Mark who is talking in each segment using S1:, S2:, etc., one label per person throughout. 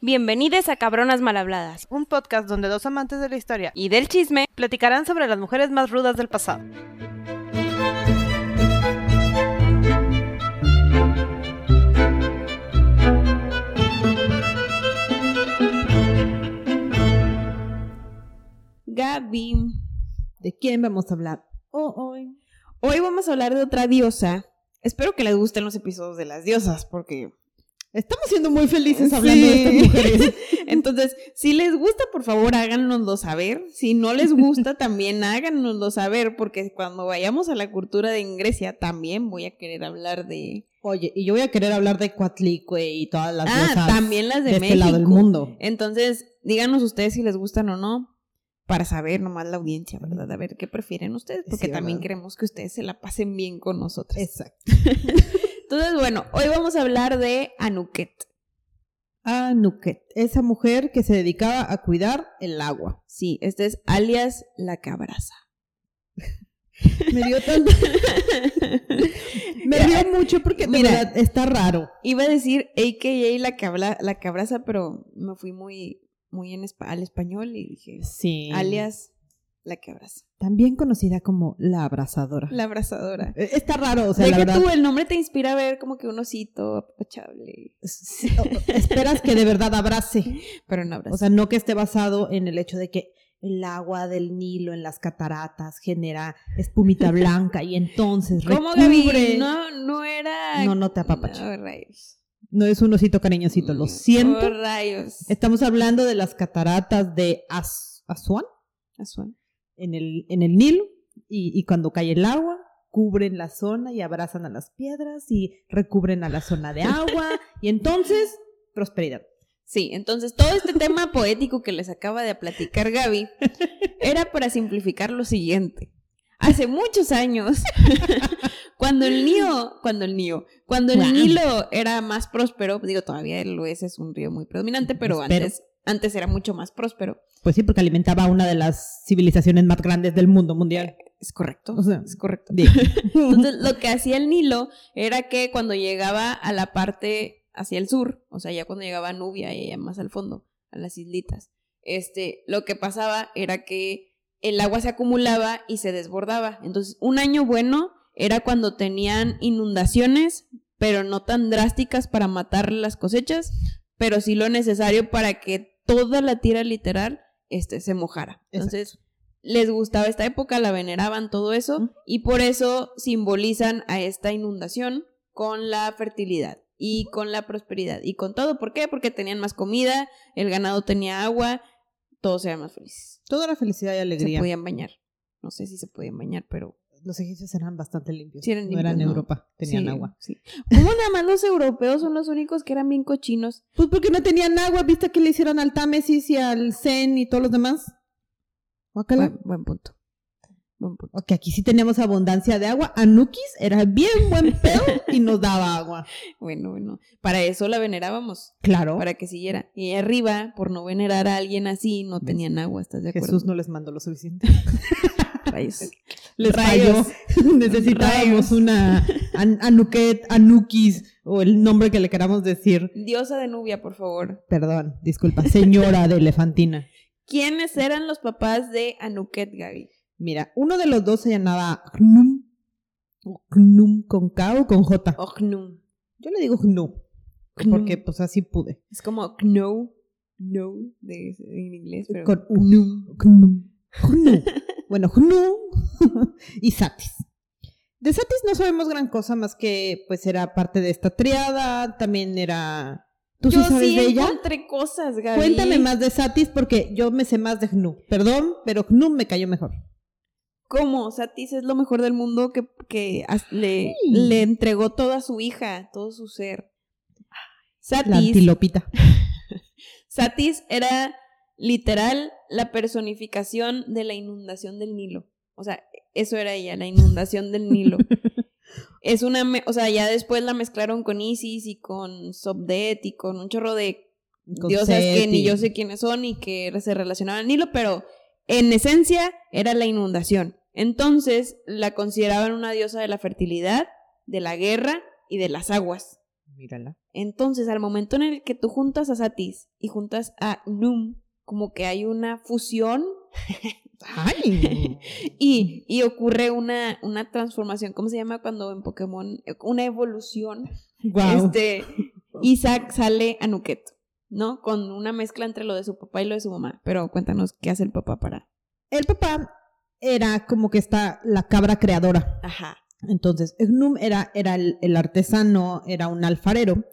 S1: Bienvenidos a Cabronas Malhabladas
S2: un podcast donde dos amantes de la historia
S1: y del chisme.
S2: platicarán sobre las mujeres más rudas del pasado.
S3: Gaby, ¿de quién vamos a hablar hoy? Hoy vamos a hablar de otra diosa. Espero que les gusten los episodios de las diosas, porque estamos siendo muy felices hablando de estas mujeres. Entonces, si les gusta, por favor, háganoslo saber. Si no les gusta, también háganoslo saber, porque cuando vayamos a la cultura de en Grecia, también voy a querer hablar de...
S4: Oye, y yo voy a querer hablar de Coatlicue y todas las
S3: ah,
S4: diosas
S3: también las de,
S4: de este
S3: México.
S4: lado del mundo.
S3: Entonces, díganos ustedes si les gustan o no, para saber nomás la audiencia, ¿verdad? A ver qué prefieren ustedes, porque
S4: Sí,
S3: también
S4: ¿verdad?
S3: queremos que ustedes se la pasen bien con nosotros.
S4: Exacto.
S3: Entonces, bueno, hoy vamos a hablar de Anuket.
S4: Anuket, Ah, esa mujer que se dedicaba a cuidar el agua.
S3: Sí, este es alias la cabraza.
S4: Me dio tanto, me dio mucho porque de
S3: Mira.
S4: verdad está raro.
S3: Iba a decir AKA la, cabla- la cabraza, pero me fui muy, muy en espa- al español y dije
S4: Sí.
S3: alias la cabraza,
S4: También conocida como la abrazadora.
S3: la abrazadora.
S4: Eh, Está raro, o sea,
S3: de
S4: la
S3: que
S4: verdad.
S3: tú el nombre te inspira a ver como que un osito apachable,
S4: Sí, o- o- Esperas que de verdad abrace.
S3: pero no abraza.
S4: O sea, no que esté basado en el hecho de que el agua del Nilo en las cataratas genera espumita blanca y entonces
S3: ¿Cómo,
S4: recubre.
S3: Gaby? No, no era.
S4: No, no te apapacha.
S3: No, rayos.
S4: No es un osito cariñosito, lo siento.
S3: Oh, rayos.
S4: Estamos hablando de las cataratas de Az- Asuán
S3: Azul.
S4: en el, en el Nilo y, y cuando cae el agua cubren la zona y abrazan a las piedras y recubren a la zona de agua y entonces prosperidad.
S3: Sí, entonces todo este tema poético que les acaba de platicar Gaby era para simplificar lo siguiente. Hace muchos años, cuando el Nilo, cuando el Nilo, cuando el
S4: Guau.
S3: Nilo era más próspero, digo, todavía el Oeste es un río muy predominante, pero
S4: Espero.
S3: antes, antes era mucho más próspero.
S4: Pues sí, porque alimentaba a una de las civilizaciones más grandes del mundo mundial.
S3: Es correcto,
S4: O sea,
S3: Eh, es correcto.
S4: Digo,
S3: Entonces, lo que hacía el Nilo era que cuando llegaba a la parte hacia el sur, o sea, ya cuando llegaba a Nubia y ya más al fondo, a las islitas, este, lo que pasaba era que el agua se acumulaba y se desbordaba. Entonces, un año bueno era cuando tenían inundaciones, pero no tan drásticas para matar las cosechas, pero sí lo necesario para que toda la tira literal este, se mojara. Entonces, les gustaba esta época, la veneraban, todo eso,
S4: Ujú.
S3: y por eso simbolizan a esta inundación con la fertilidad y con la prosperidad y con todo. ¿Por qué? Porque tenían más comida, el ganado tenía agua, todos eran más felices.
S4: toda la felicidad y
S3: Se
S4: alegría.
S3: podían bañar. No sé si se podían bañar, pero
S4: Los egipcios eran bastante limpios.
S3: Sí, eran
S4: no eran
S3: limpios, ¿no?
S4: Europa, tenían
S3: sí,
S4: agua.
S3: sí. ¿Cómo nada más los europeos son los únicos que eran bien cochinos?
S4: Pues porque no tenían agua, ¿viste que le hicieron al Támesis y al Zen y todos los demás? Guácala.
S3: Buen, buen punto. Buen punto.
S4: Ok, aquí sí tenemos abundancia de agua. Anukis era bien buen pedo y nos daba agua.
S3: Bueno, bueno. Para eso la venerábamos.
S4: Claro,
S3: para que siguiera. Y ahí arriba, por no venerar a alguien así, no tenían agua, ¿estás de acuerdo?
S4: Jesús no les mandó lo suficiente.
S3: Rayos.
S4: Les
S3: Rayos.
S4: falló. Necesitábamos
S3: Rayos.
S4: una An- Anuket, Anukis o el nombre que le queramos decir.
S3: Diosa de Nubia, por favor.
S4: Perdón, disculpa, señora de Elefantina.
S3: ¿Quiénes eran los papás de Anuket, Gaby?
S4: Mira, uno de los dos se llamaba Gnum. O Gnum con K o con J.
S3: O Gnum.
S4: Yo le digo Gnum
S3: Gnum.
S4: porque pues así pude.
S3: Es como Gnou, no de, en inglés, pero...
S4: Con Unum. Gnum. Gnu. Bueno, Gnu y Satis. De Satis no sabemos gran cosa más que pues era parte de esta triada, también era... ¿Tú
S3: Yo
S4: sí sabes
S3: sí
S4: de ella?
S3: encontré cosas, Gaby.
S4: Cuéntame más de Satis porque yo me sé más de Gnu. Perdón, pero Gnu me cayó mejor.
S3: ¿Cómo? Satis es lo mejor del mundo que, que as- le,
S4: Sí.
S3: le entregó toda su hija, todo su ser.
S4: La
S3: Satis
S4: antilopita.
S3: Satis era literal la personificación de la inundación del Nilo. O sea, eso era ella, la inundación del Nilo. es una, me- o sea, ya después la mezclaron con Isis y con Sobdet y con un chorro de
S4: Con
S3: diosas que ni
S4: Seti.
S3: yo sé quiénes son y que se relacionaban al Nilo, pero en esencia era la inundación. Entonces la consideraban una diosa de la fertilidad, de la guerra y de las aguas.
S4: Mírala.
S3: Entonces, al momento en el que tú juntas a Satis y juntas a Num, como que hay una fusión
S4: ¡Ay!
S3: y, y ocurre una, una transformación, ¿cómo se llama cuando en Pokémon? Una evolución.
S4: ¡Guau!
S3: Este, Isaac sale a Nuket, ¿no? Con una mezcla entre lo de su papá y lo de su mamá. Pero cuéntanos, ¿qué hace el papá para...?
S4: El papá era como que está la cabra creadora.
S3: Ajá.
S4: Entonces, Egnum era, era el, el artesano, era un alfarero,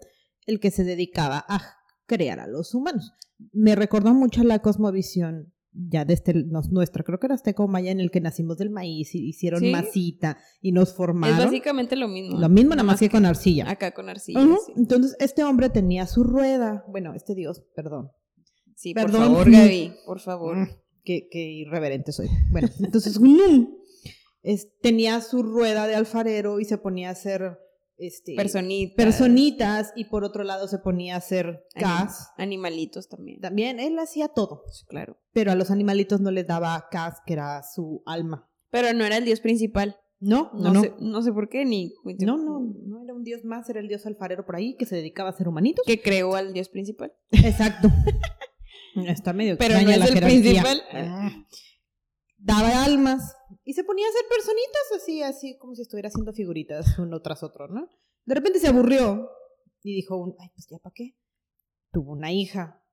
S4: el que se dedicaba a crear a los humanos. Me recordó mucho a la cosmovisión ya desde el- nos- nuestra, creo que era azteca o maya, en el que nacimos del maíz y hicieron
S3: Sí.
S4: masita y nos
S3: Es
S4: formaron.
S3: básicamente lo mismo.
S4: Lo mismo, nada más que con arcilla.
S3: Acá con arcilla,
S4: Ujú.
S3: sí.
S4: Entonces, este hombre tenía su rueda. Bueno, este dios, perdón.
S3: Sí,
S4: Perdón.
S3: por favor, Gaby, por favor.
S4: Mm, Qué, qué irreverente soy. Bueno, entonces Gnum es- tenía su rueda de alfarero y se ponía a hacer este,
S3: Personitas.
S4: personitas y por otro lado se ponía a hacer
S3: anim-
S4: cas.
S3: Animalitos también.
S4: También él hacía todo,
S3: Claro.
S4: pero a los animalitos no les daba cas, que era su alma.
S3: Pero no era el dios principal.
S4: No,
S3: No, Sé, no sé por qué, ni.
S4: No, no, no era un dios más, era el dios alfarero por ahí que se dedicaba a hacer humanitos.
S3: Que creó al dios principal.
S4: Exacto. Está medio
S3: Pero
S4: extraña
S3: no
S4: la
S3: es el
S4: jerarquía. Ah.
S3: principal.
S4: Daba almas y se ponía a hacer personitas así, así como si estuviera haciendo figuritas uno tras otro, ¿no? De repente se aburrió y dijo, un, ay, pues ya para qué. Tuvo una hija,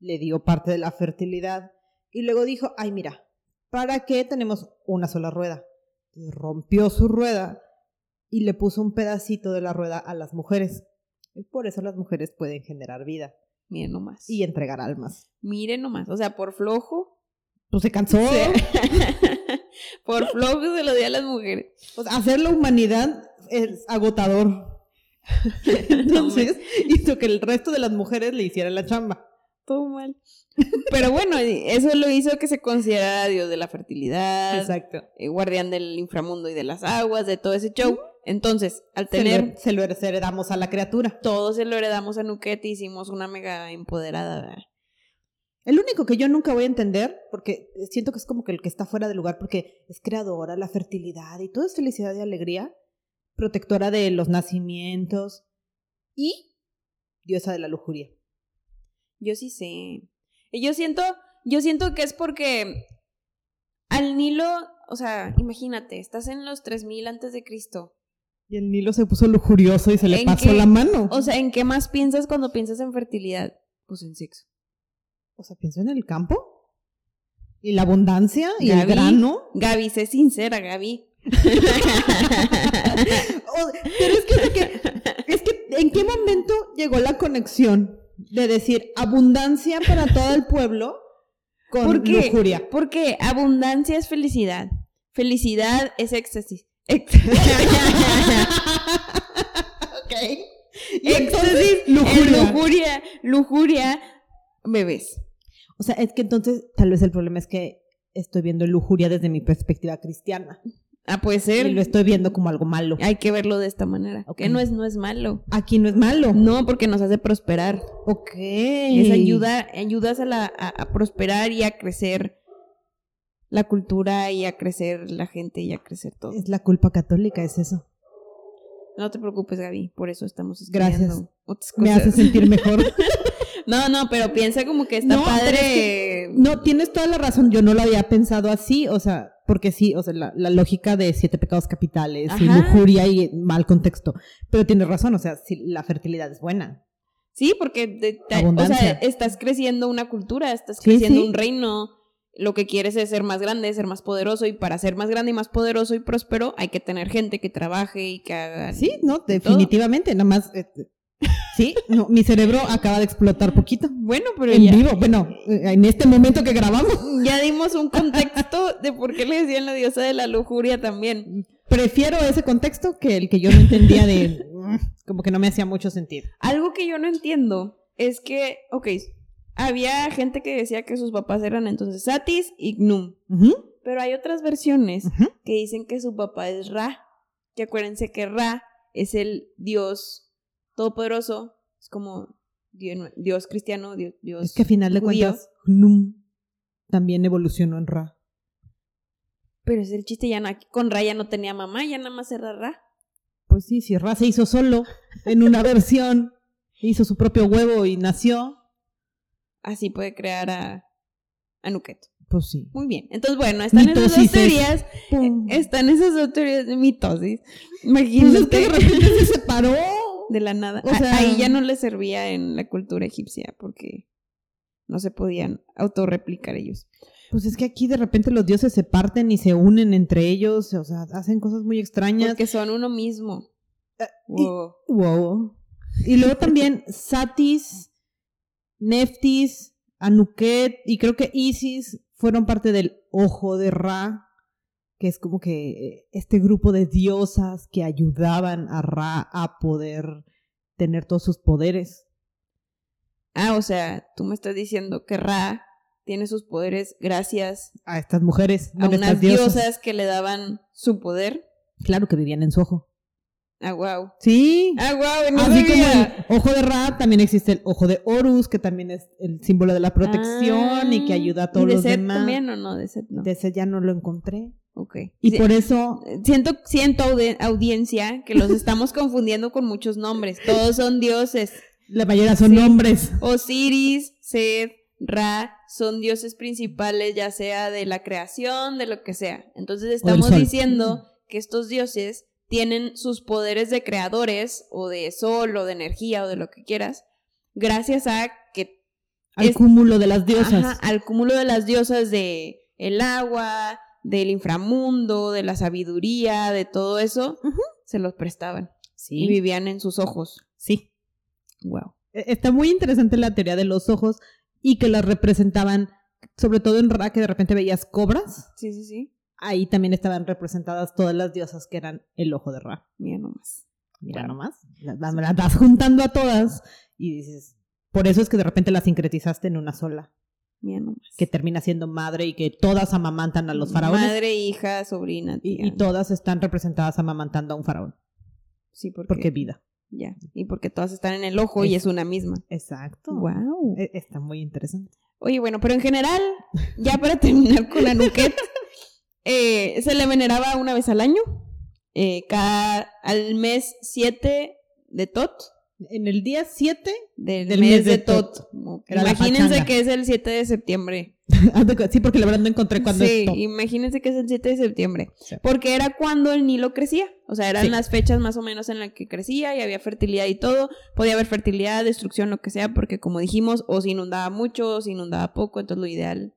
S4: le dio parte de la fertilidad y luego dijo, ay, mira, ¿para qué tenemos una sola rueda? Entonces, rompió su rueda y le puso un pedacito de la rueda a las mujeres. Y por eso las mujeres pueden generar vida
S3: Miren nomás.
S4: y entregar almas.
S3: Miren nomás. O sea, por flojo.
S4: Pues se cansó.
S3: se- por flojo se lo di a las mujeres.
S4: O sea, hacer la humanidad es agotador. Entonces hizo que el resto de las mujeres le hicieran la chamba.
S3: Todo mal. Pero bueno, eso lo hizo que se considerara dios de la fertilidad.
S4: Exacto.
S3: eh, guardián del inframundo y de las aguas, de todo ese show. Entonces, al
S4: Se lo,
S3: tener
S4: se lo heredamos a la criatura.
S3: todo, se lo heredamos a Nuket y hicimos una mega empoderada. ¿verdad?
S4: El único que yo nunca voy a entender, porque siento que es como que el que está fuera de lugar, porque es creadora, la fertilidad y todo es felicidad y alegría, protectora de los nacimientos y diosa de la lujuria.
S3: Yo sí sé. Y yo siento, yo siento que es porque al Nilo, o sea, imagínate, estás en los 3000 antes de Cristo.
S4: Y el Nilo se puso lujurioso y se
S3: le ¿En pasó qué? la
S4: mano.
S3: O sea, ¿en qué más piensas cuando piensas en fertilidad? Pues en sexo.
S4: O sea, pienso en el campo y la abundancia y el
S3: Gaby.
S4: grano.
S3: Gaby, sé sincera, Gaby.
S4: O- pero es que, es que, es que, ¿en qué momento llegó la conexión de decir abundancia para todo el pueblo con
S3: ¿Por qué?
S4: lujuria?
S3: Porque abundancia es felicidad. Felicidad es éxtasis. Ex-
S4: ok. Y entonces,
S3: en
S4: lujuria.
S3: lujuria, lujuria, bebés.
S4: O sea, es que entonces, tal vez el problema es que estoy viendo lujuria desde mi perspectiva cristiana.
S3: Ah, puede
S4: Y lo
S3: ser.
S4: estoy viendo como algo malo.
S3: Hay que verlo de esta manera.
S4: Ok.
S3: Que no es, no es malo.
S4: Aquí no es malo.
S3: No, porque nos hace prosperar.
S4: Ok.
S3: Es ayuda, ayudas a, la, a, a prosperar y a crecer la cultura y a crecer la gente y a crecer todo.
S4: Es la culpa católica, es eso.
S3: No te preocupes, Gaby, por eso estamos estudiando
S4: Gracias.
S3: otras
S4: Me hace
S3: cosas.
S4: sentir mejor.
S3: No, no, pero piensa como que está
S4: No, pero
S3: padre.
S4: No, tienes toda la razón. Yo no lo había pensado así, o sea, porque sí, o sea, la, la lógica de siete pecados capitales y
S3: Ajá.
S4: lujuria y mal contexto. Pero tienes razón, o sea, sí, la fertilidad es buena.
S3: Sí, porque de- ta- o sea,
S4: Abundancia.
S3: estás creciendo una cultura, estás
S4: Sí,
S3: creciendo
S4: sí.
S3: un reino. Lo que quieres es ser más grande, ser más poderoso y para ser más grande y más poderoso y próspero hay que tener gente que trabaje y que haga.
S4: Sí, no,
S3: de todo.
S4: definitivamente, nada más. eh, sí, no, mi cerebro acaba de explotar poquito.
S3: Bueno, pero
S4: En
S3: ya,
S4: vivo, bueno, eh, en este momento que grabamos,
S3: ya dimos un contexto de por qué le decían la diosa de la lujuria también.
S4: prefiero ese contexto que el que yo no entendía de. Como que no me hacía mucho sentido.
S3: Algo que yo no entiendo es que, ok, había gente que decía que sus papás eran entonces Satis y Gnum,
S4: Ujú,
S3: pero hay otras versiones
S4: ujú.
S3: que dicen que su papá es Ra. Que acuérdense que Ra es el Dios todopoderoso. Es como Dios, Dios cristiano, Dios, Dios
S4: Es que a final de
S3: judío,
S4: cuentas, Gnum también evolucionó en Ra.
S3: Pero es el chiste, ya na- con Ra ya no tenía mamá, ya nada más era Ra.
S4: Pues sí, si Ra se hizo solo en una versión, hizo su propio huevo y nació,
S3: Así puede crear a, a Nuket.
S4: pues sí.
S3: Muy bien. Entonces, bueno, están esas
S4: Mitosis
S3: dos
S4: es-
S3: teorías. eh,
S4: ¡Pum!
S3: Están esas dos teorías de mitosis.
S4: Pues es que
S3: Imagínate.
S4: de repente se separó.
S3: de la nada.
S4: O
S3: A-
S4: sea-
S3: ahí ya no le servía en la cultura egipcia porque no se podían autorreplicar ellos.
S4: Pues es que aquí de repente los dioses se parten y se unen entre ellos, o sea, hacen cosas muy extrañas.
S3: Porque son uno mismo.
S4: Eh, y-
S3: Wow.
S4: Wow. Y luego también Satis, Neftis, Anuket y creo que Isis fueron parte del Ojo de Ra, que es como que eh, este grupo de diosas que ayudaban a Ra a poder tener todos sus poderes.
S3: Ah, o sea, tú me estás diciendo que Ra tiene sus poderes gracias
S4: A estas mujeres,
S3: a
S4: bueno, a
S3: unas
S4: estas
S3: diosas.
S4: diosas.
S3: que le daban su poder.
S4: Claro que vivían en su ojo.
S3: Ah, wow.
S4: Sí.
S3: Ah, wow, no
S4: Así como
S3: sabía.
S4: el ojo de Ra, también existe el ojo de Horus, que también es el símbolo de la protección y que ayuda a todos
S3: Ah, ¿Y de
S4: los
S3: Set
S4: demás.
S3: también o no? De Set no.
S4: De ese ya no lo encontré.
S3: Ok.
S4: Y
S3: Sí,
S4: por eso,
S3: Siento, siento audi- audiencia que los estamos confundiendo con muchos nombres. Todos son dioses.
S4: la mayoría son
S3: Sí.
S4: hombres.
S3: Osiris, Seth, Ra son dioses principales, ya sea de la creación, de lo que sea. Entonces estamos
S4: sol. Mm.
S3: diciendo que estos dioses tienen sus poderes de creadores o de sol o de energía o de lo que quieras, gracias a que
S4: Al
S3: Es-
S4: cúmulo de las diosas.
S3: ajá, al cúmulo de las diosas de el agua, del inframundo, de la sabiduría, de todo eso,
S4: Ujú.
S3: se los prestaban y
S4: sí.
S3: vivían en sus ojos.
S4: sí.
S3: Wow.
S4: E- Está muy interesante la teoría de los ojos y que las representaban, sobre todo en Ra, que de repente veías cobras.
S3: Sí, sí, sí.
S4: Ahí también estaban representadas todas las diosas que eran el ojo de Ra.
S3: Mira nomás.
S4: Mira
S3: Claro.
S4: nomás. la- la- Las vas juntando a todas y dices, por eso es que de repente las sincretizaste en una sola,
S3: Mira nomás.
S4: que termina siendo madre y que todas amamantan a los faraones
S3: Madre, hija, sobrina.
S4: y,
S3: tía,
S4: y todas están representadas amamantando a un faraón.
S3: Sí, porque,
S4: Porque vida.
S3: ya. Y porque todas están en el ojo y es una misma.
S4: Exacto.
S3: Wow.
S4: E- Está muy interesante.
S3: Oye, bueno, pero en general, ya para terminar con Anuket, eh, se le veneraba una vez al año, eh, cada, al mes 7 de Tot,
S4: En el día 7,
S3: del,
S4: Del
S3: mes,
S4: mes
S3: de,
S4: de
S3: Tot.
S4: Era la
S3: Imagínense
S4: pachanga.
S3: que es el 7 de septiembre.
S4: sí, porque la verdad no encontré cuándo
S3: sí,
S4: es top.
S3: imagínense que es el 7 de septiembre.
S4: Sí.
S3: Porque era cuando el Nilo crecía. O sea, eran
S4: Sí.
S3: las fechas más o menos en las que crecía y había fertilidad y todo. Podía haber fertilidad, destrucción, lo que sea, porque como dijimos, o se inundaba mucho o se inundaba poco. Entonces, lo ideal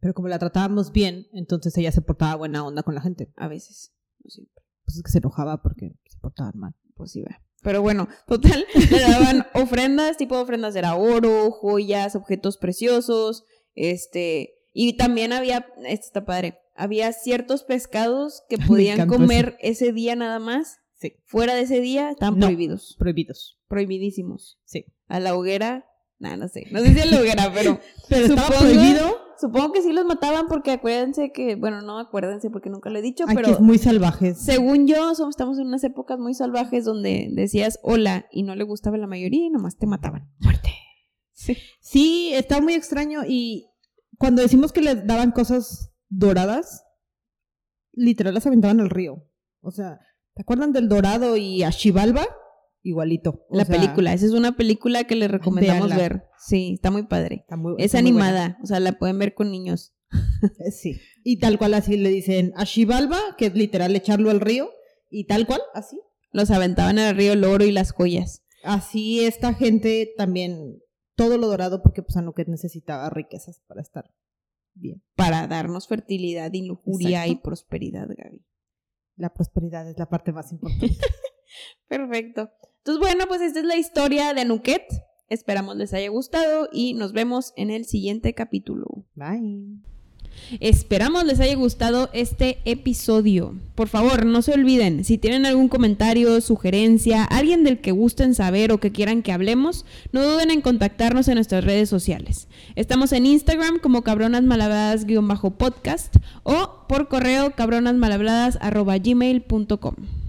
S4: Pero como la tratábamos bien, entonces ella se portaba buena onda con la gente.
S3: a veces. no siempre,
S4: Pues es que se enojaba porque se portaban mal.
S3: Pues iba. Pero bueno, total, le daban ofrendas, tipo de ofrendas era oro, joyas, objetos preciosos, este, y también había, esto está padre, había ciertos pescados que
S4: Me
S3: podían
S4: encantó eso.
S3: comer ese día nada más
S4: Sí.
S3: fuera de ese día están
S4: No.
S3: prohibidos,
S4: Prohibidos.
S3: prohibidísimos.
S4: Sí.
S3: A la hoguera, nada, no sé, no sé si a la hoguera, pero
S4: Pero estaba
S3: Supongo-
S4: prohibido.
S3: supongo que sí los mataban porque acuérdense que, bueno, no acuérdense porque nunca lo he dicho,
S4: Aquí
S3: pero
S4: es muy salvaje.
S3: según yo somos, estamos en unas épocas muy salvajes donde decías hola y no le gustaba la mayoría y nomás te mataban. Muerte. Sí.
S4: Sí, está muy extraño y cuando decimos que les daban cosas doradas, literal las aventaban al río. O sea, ¿te acuerdan del dorado y a Xibalba? Igualito. O
S3: La
S4: sea,
S3: película, esa es una película que les recomendamos
S4: Véanla.
S3: ver. Sí, está muy padre.
S4: está muy-
S3: Es
S4: está muy
S3: animada, o sea, la pueden ver con niños.
S4: buena. Eh, Sí. Y tal cual así le dicen a Xibalba, que es literal echarlo al río, y tal cual, así.
S3: Los aventaban al río el oro y las joyas.
S4: Así esta gente también, todo lo dorado, porque pues Anuket necesitaba riquezas para estar bien.
S3: para darnos fertilidad y lujuria
S4: Exacto.
S3: y prosperidad, Gaby.
S4: La prosperidad es la parte más importante.
S3: Perfecto. Entonces, bueno, pues esta es la historia de Anuket. Esperamos les haya gustado y nos vemos en el siguiente capítulo.
S4: Bye.
S3: Esperamos les haya gustado este episodio. Por favor, no se olviden, si tienen algún comentario, sugerencia, alguien del que gusten saber o que quieran que hablemos, no duden en contactarnos en nuestras redes sociales. Estamos en Instagram como cabronasmalhabladas-podcast o por correo cabronasmalhabladas@gmail.com.